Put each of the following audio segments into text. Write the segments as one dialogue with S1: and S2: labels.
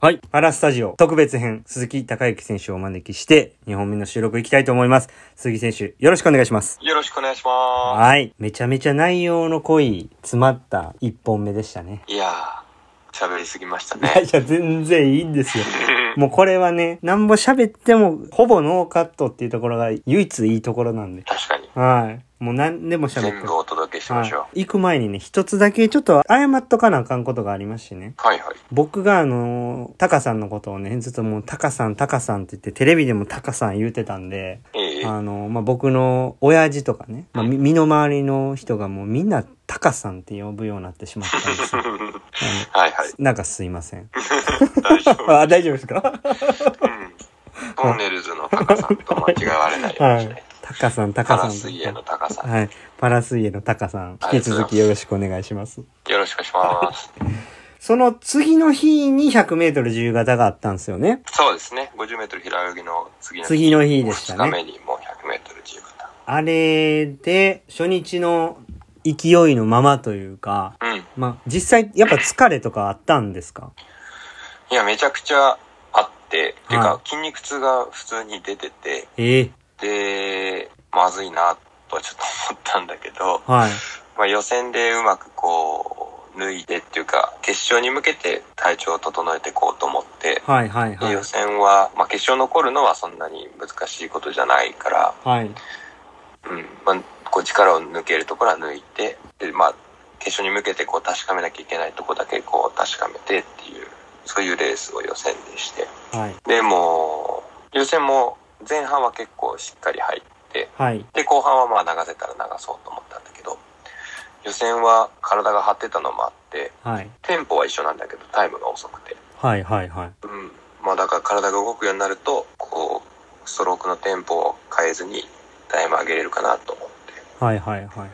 S1: はい。パラスタジオ特別編、鈴木孝之選手をお招きして、2本目の収録行きたいと思います。鈴木選手、よろしくお願いします。
S2: よろしくお願いしま
S1: はい。めちゃめちゃ内容の濃い、詰まった1本目でしたね。
S2: す。いやー、喋りすぎました
S1: いや
S2: ね
S1: い。や、全然いいんですよ。もうこれはね、なんぼ喋っても、ほぼノーカットっていうところが唯一いいところなんで。
S2: 確かに。
S1: はい。もう何でも喋って
S2: 全部お届けしましょ
S1: はい行く前にね、一つだけちょっと謝っとかなあかんことがありましてね。
S2: う。はいはい。
S1: 僕があのー、タカさんのことをね、ずっともうタカさんタカさんって言って、テレビでもタカさん言うてたんで、
S2: ええ
S1: あのー、まあ、僕の親父とかね、まあ、み身の回りの人がもうみんなタカさんって呼ぶようになってしまったんですよ。 あの
S2: はいはい。
S1: なんかすいません。
S2: 大丈夫。
S1: あ、大丈夫ですか
S2: うん。トンネルズの高さんと間違われないよう
S1: は
S2: にしない
S1: い。タカさん、タ
S2: と。カ
S1: カさん
S2: ラ。ス家の高さ
S1: はい。パラ水泳のタカさん、引き続きよろしくお願いします。
S2: ん。よろしくお願いします。
S1: その次の日に100メートル自由形があったんですよね。
S2: そうですね。50メートル平泳ぎの次の
S1: 次の日でしたね
S2: 2日目にもう100メートル自由形。
S1: あれで、初日の勢いのままというか、
S2: うん。
S1: まあ、実際、やっぱ疲れとかあったんですか
S2: いや、めちゃくちゃあって、て
S1: は
S2: か筋肉痛が普通に出てて、
S1: ええ
S2: で、まずいな、とはちょっと思ったんだけど、
S1: はい。
S2: まあ、予選でうまくこう、脱いでっていうか、決勝に向けて体調を整えていこうと思って、
S1: はい、はい、
S2: で
S1: はい
S2: 予。選は、まあ、決勝残るのはそんなに難しいことじゃないから、
S1: はい。
S2: うん、まあ、こう力を抜けるところは抜いて、で、まあ、決勝に向けてこう確かめなきゃいけないとこだけこう確かめてっていう、そういうレースを予選でして。
S1: はい。
S2: でも、予選も前半は結構しっかり入って、
S1: はい。
S2: で、後半はまあ流せたら流そうと思ったんだけど、予選は体が張ってたのもあって、
S1: はい。
S2: テンポは一緒なんだけどタイムが遅くて。
S1: はい、はい、はい。
S2: うん。まあだから体が動くようになると、こう、ストロークのテンポを変えずにタイム上げれるかなと思って、
S1: はい、はい、はい。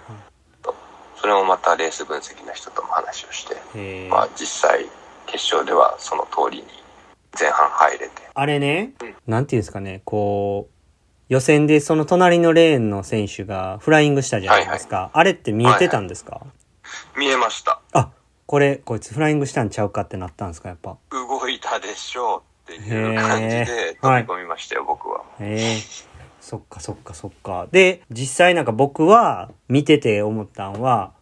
S2: それもまたレース分析の人とも話をして、
S1: ええ
S2: まあ実際決勝ではその通りに前半入れて。
S1: あれね
S2: うん、
S1: なんていうんですかね、こう、予選でその隣のレーンの選手がフライングしたじゃないですか。あれって見えてたんですか、
S2: 見えました。
S1: あ、これ、こいつフライングしたんちゃうかってなったんですか、やっぱ。
S2: 動いたでしょうっていう感じ
S1: へ
S2: で
S1: ー
S2: 飛
S1: はい
S2: び込みましたよ、僕は。
S1: ええそっかそっかそっか。で、実際なんか僕は見てて思ったんは、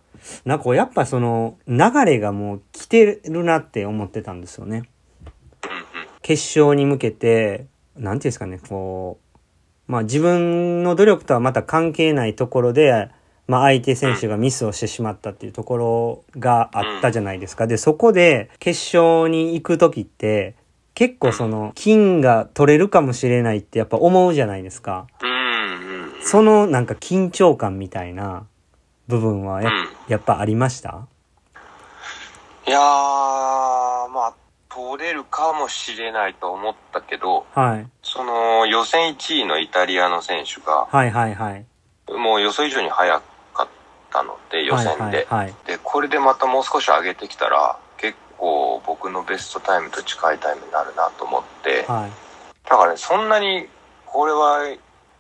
S1: なんかこうやっぱその流れがもう来てるなって思ってたんですよね。
S2: うんうん。
S1: 決勝に向けて、なんていうんですかね、こう、まあ自分の努力とはまた関係ないところで、まあ相手選手がミスをしてしまったっていうところがあったじゃないですか。で、そこで決勝に行くときって、結構その金が取れるかもしれないってやっぱ思うじゃないですか。
S2: うんうんうん。
S1: そのなんか緊張感みたいな部分はや,、
S2: うん
S1: やっぱありました
S2: いやー、まあ、取れるかもしれないと思ったけど、
S1: はい。
S2: その予選1位のイタリアの選手が、
S1: はいはいはい。
S2: もう予想以上に速かったので、予選で。
S1: はいはいはい。
S2: で、これでまたもう少し上げてきたら、結構僕のベストタイムと近いタイムになるなと思って、
S1: はい。
S2: だからね、そんなに、これは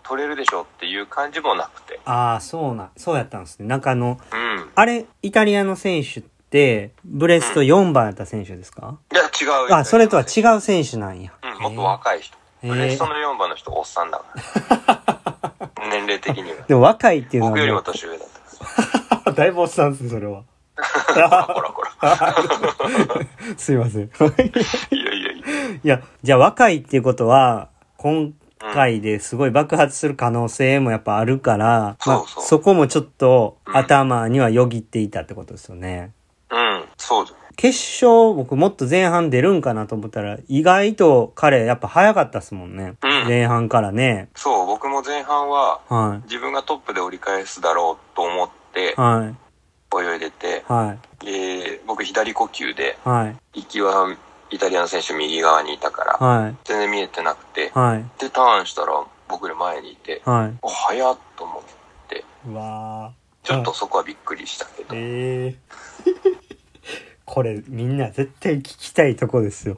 S2: 取れるでしょっていう感じもなくて。
S1: ああ、そうな、そうやったんですね。なんかあの、
S2: うん。
S1: あれ、イタリアの選手って、ブレスト4番やった選手ですか、
S2: いや、違うよ。
S1: あ、それとは違う選手なんや。
S2: うん、もっと若い人。
S1: へ
S2: ブ
S1: ー
S2: レストの4番の人、おっさんだ から。年齢的には。
S1: でも若いっていうのは
S2: 僕より
S1: も
S2: も
S1: う、
S2: 年上だったか
S1: だいぶおっさんですね、それは。
S2: ら。ほらほら。
S1: すいません。
S2: いやいやいや。
S1: いや、じゃあ若いっていうことは、今回ですごい爆発する可能性もやっぱあるから、
S2: そう
S1: まあ
S2: そう
S1: そこもちょっと
S2: うん
S1: 頭にはよぎっていたってことですよね。
S2: うん、そうだね。
S1: 決勝、僕もっと前半出るんかなと思ったら、意外と彼やっぱ早かったっすもんね。
S2: うん
S1: 前半からね。
S2: そう、僕も前半は、
S1: は
S2: 自分がトップで折り返すだろうと思って
S1: い。、はい。
S2: 泳いでて、
S1: はい。
S2: で、僕左呼吸で、
S1: はい。
S2: 行きはイタリアの選手右側にいたから、
S1: はい。
S2: 全然見えてなくて、
S1: はい。
S2: で、ターンしたら僕より前にいて、
S1: は
S2: お、早っと思って、
S1: い。うわ
S2: ちょっとそこはびっくりしたけど。
S1: ええ これみんな絶対聞きたいとこですよ。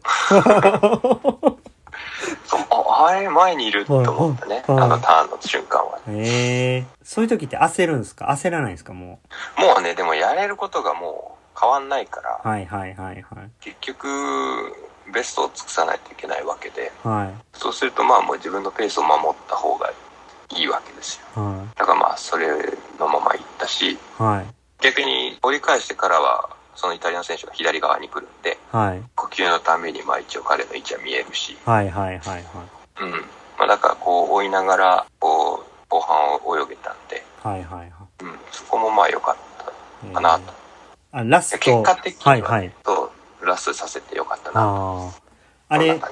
S2: そうああれ、前にいると思ったね。
S1: う
S2: あ
S1: んうん
S2: のターンの瞬間は。
S1: ええそういう時って焦るんですか焦らないんですかも
S2: もうね、でもやれることがもう変わんないから、
S1: はいはいはいはい。
S2: 結局、ベストを尽くさないといけないわけで、
S1: は
S2: そうするとまあもう自分のペースを守った方がいいわけですよ。
S1: い。は
S2: だからまあそれのまま行ったし、
S1: い。はい。
S2: 逆に折り返してからは、そのイタリアの選手が左側に来るんで、
S1: はい。
S2: 呼吸のためにまあ一応彼の位置は見えるし、
S1: はいはいはい
S2: うん。まあだからこう追いながら、こう、後半を泳げたんで、
S1: はい。はいはいは
S2: うん、そこもまあ良かった
S1: い。
S2: かな
S1: えー
S2: と。
S1: あ、ラスト。
S2: 結果的に
S1: はい
S2: は、
S1: は
S2: ね
S1: い。
S2: とラスさせて良かったな。
S1: ああ。
S2: そ
S1: あ
S2: ん
S1: れ
S2: な、感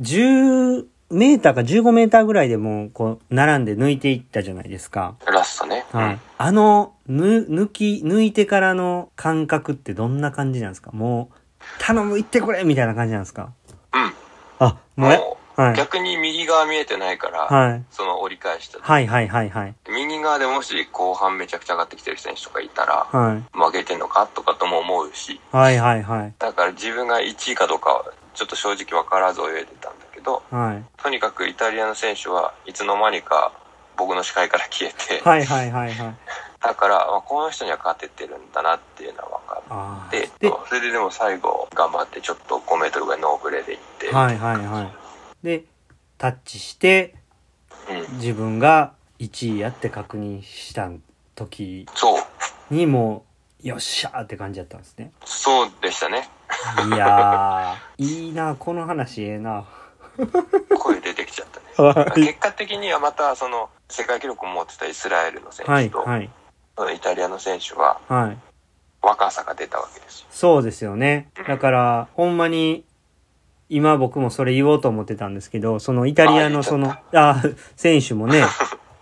S2: じ
S1: 10メーターか15メーターぐらいでもう、こう、並んで抜いていったじゃないですか。
S2: ラストね。
S1: は
S2: うん
S1: い。あの、ぬ、抜き、抜いてからの感覚ってどんな感じなんですかもう、頼む、行ってくれみたいな感じなんですか
S2: うん。
S1: あ、もうや、
S2: も
S1: は
S2: う、
S1: い。
S2: 逆に右側見えてないから、
S1: はい。
S2: その折り返した。
S1: はいはいはいはい。
S2: 右側でもし後半めちゃくちゃ上がってきてる選手とかいたら、
S1: はい。
S2: 負けてんのかとかとも思うし、
S1: はいはいはい。
S2: だから自分が1位かどうかは、ちょっと正直分からず泳いでたんだけど、
S1: はい。
S2: とにかくイタリアの選手はいつの間にか僕の視界から消えて、
S1: はいはいはいはい。
S2: だから、まあこの人には勝ててるんだなっていうのは分かっ
S1: ああ。
S2: て、
S1: で、
S2: それででも最後頑張ってちょっと5メートルぐらいノーブレで行って、
S1: はいはいはい。で、タッチして、
S2: うん、
S1: 自分が1位やって確認した時
S2: そう、
S1: にもう、よっしゃーって感じだったんですね。
S2: そうでしたね。
S1: いやー、いいな、この話ええな。
S2: 声出てきちゃったね。
S1: はい。
S2: 結果的にはまたその世界記録を持ってたイスラエルの選
S1: は
S2: 手
S1: い、
S2: と、
S1: はい、
S2: そのイタリアの選手は
S1: はい。
S2: 若さが出たわけですよ。
S1: そうですよね。だから、ほんまに、今僕もそれ言おうと思ってたんですけど、そのイタリアのその、
S2: あ
S1: あ ー選手もね、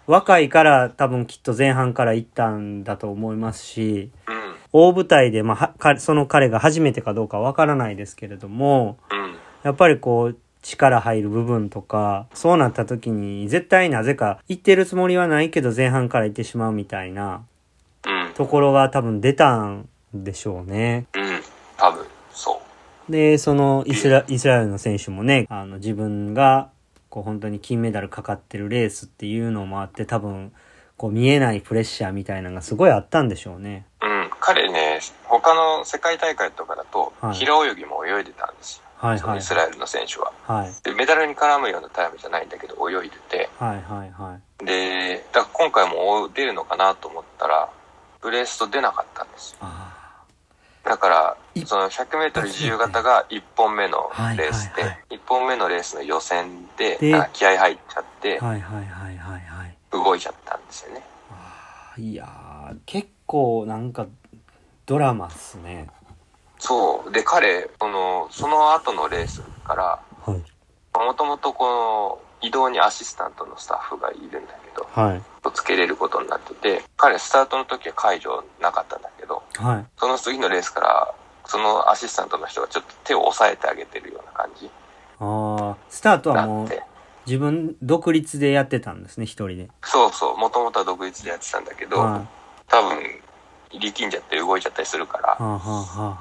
S1: 若いから多分きっと前半から行ったんだと思いますし、
S2: うん、
S1: 大舞台で、まあはか、その彼が初めてかどうかわからないですけれども、
S2: うん、
S1: やっぱりこう、力入る部分とか、そうなった時に、絶対なぜか、行ってるつもりはないけど、前半から行ってしまうみたいな、
S2: うん、
S1: ところが多分出たんでしょうね。
S2: うん、多分、そう。
S1: で、そのイスラ、イスラエルの選手もね、あの、自分が、こう、本当に金メダルかかってるレースっていうのもあって、多分、こう、見えないプレッシャーみたいなのがすごいあったんでしょうね。
S2: うん、彼ね、他の世界大会とかだと
S1: は、い
S2: 平泳ぎも泳いでたんですよ。
S1: はい
S2: その
S1: はい
S2: イ。スラエルの選手は。
S1: はい。
S2: で、メダルに絡むようなタイムじゃないんだけど、泳いでて。
S1: はいはいはい。
S2: で、だから今回も出るのかなと思ったら、ブレースト出なかったんですよ。
S1: あ
S2: だから
S1: い、
S2: その 100m 自由形が1本目のレース
S1: はいはいは
S2: で、1本目のレースの予選で、
S1: で
S2: なんか気合入っちゃって
S1: あ。、はいはいはいはいはい。
S2: 動いちゃったんですよね。
S1: あーいやー結構なんかドラマっすね
S2: そう。で、彼、この、その後のレースから、
S1: はい
S2: もともとこの移動にアシスタントのスタッフがいるんだけど、
S1: はい
S2: つけれることになってて、彼スタートの時は解除なかったんだけど、
S1: はい
S2: その次のレースから、そのアシスタントの人がちょっと手を押さえてあげてるような感じに
S1: あースタートは
S2: な
S1: も
S2: っ
S1: う
S2: て、
S1: 自分独立でやってたんですね一人で
S2: そうそう、もともとは独立でやってたんだけど、
S1: は
S2: 多分、力んじゃって動いちゃったりする
S1: い
S2: か
S1: はあは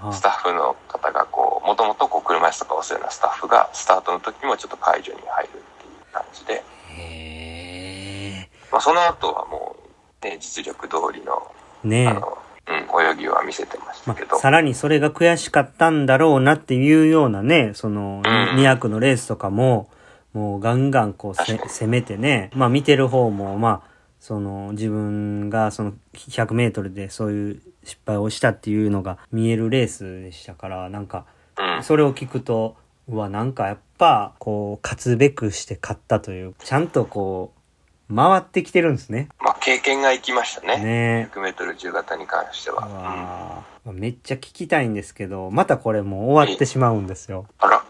S1: あ
S2: ら、
S1: は
S2: スタッフの方がこう、もともとこう車椅子とか押すようなスタッフが、スタートの時もちょっと解除に入るっていう感じで、
S1: あへ
S2: まあその後はもう、ね、実力通りの
S1: えね
S2: あ
S1: え
S2: の、うん、泳ぎは見せてました
S1: ま
S2: けど。
S1: さらにそれが悔しかったんだろうなっていうようなね、その
S2: うん
S1: 200のレースとかも、もうガンガンこうせ
S2: 確かに
S1: 攻めてね、まあ見てる方も、まあ、その自分がその100メートルでそういう失敗をしたっていうのが見えるレースでしたから、なんか、
S2: うん。
S1: それを聞くと、うわ、なんかやっぱ、こう、勝つべくして勝ったという、ちゃんとこう、回ってきてるんですね。
S2: まあ、経験が生きましたね。
S1: ね
S2: 100メートル自由形に関しては。うん、
S1: わあめっちゃ聞きたいんですけど、またこれもう終わってしまうんですよ。
S2: あ ら。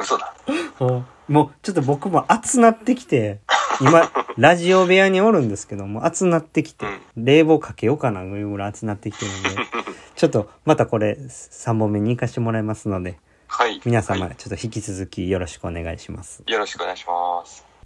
S2: 嘘だ。
S1: もうもうちょっと僕も熱なってきて、今、ラジオ部屋におるんですけども、熱なってきて、冷房かけようかなというぐらい熱なってきてるんで、ちょっとまたこれ3本目に行かしてもらいますので、
S2: はい。
S1: 皆様
S2: は
S1: ちょっと引き続きよろしくお願いします。
S2: いよろしくお願いします。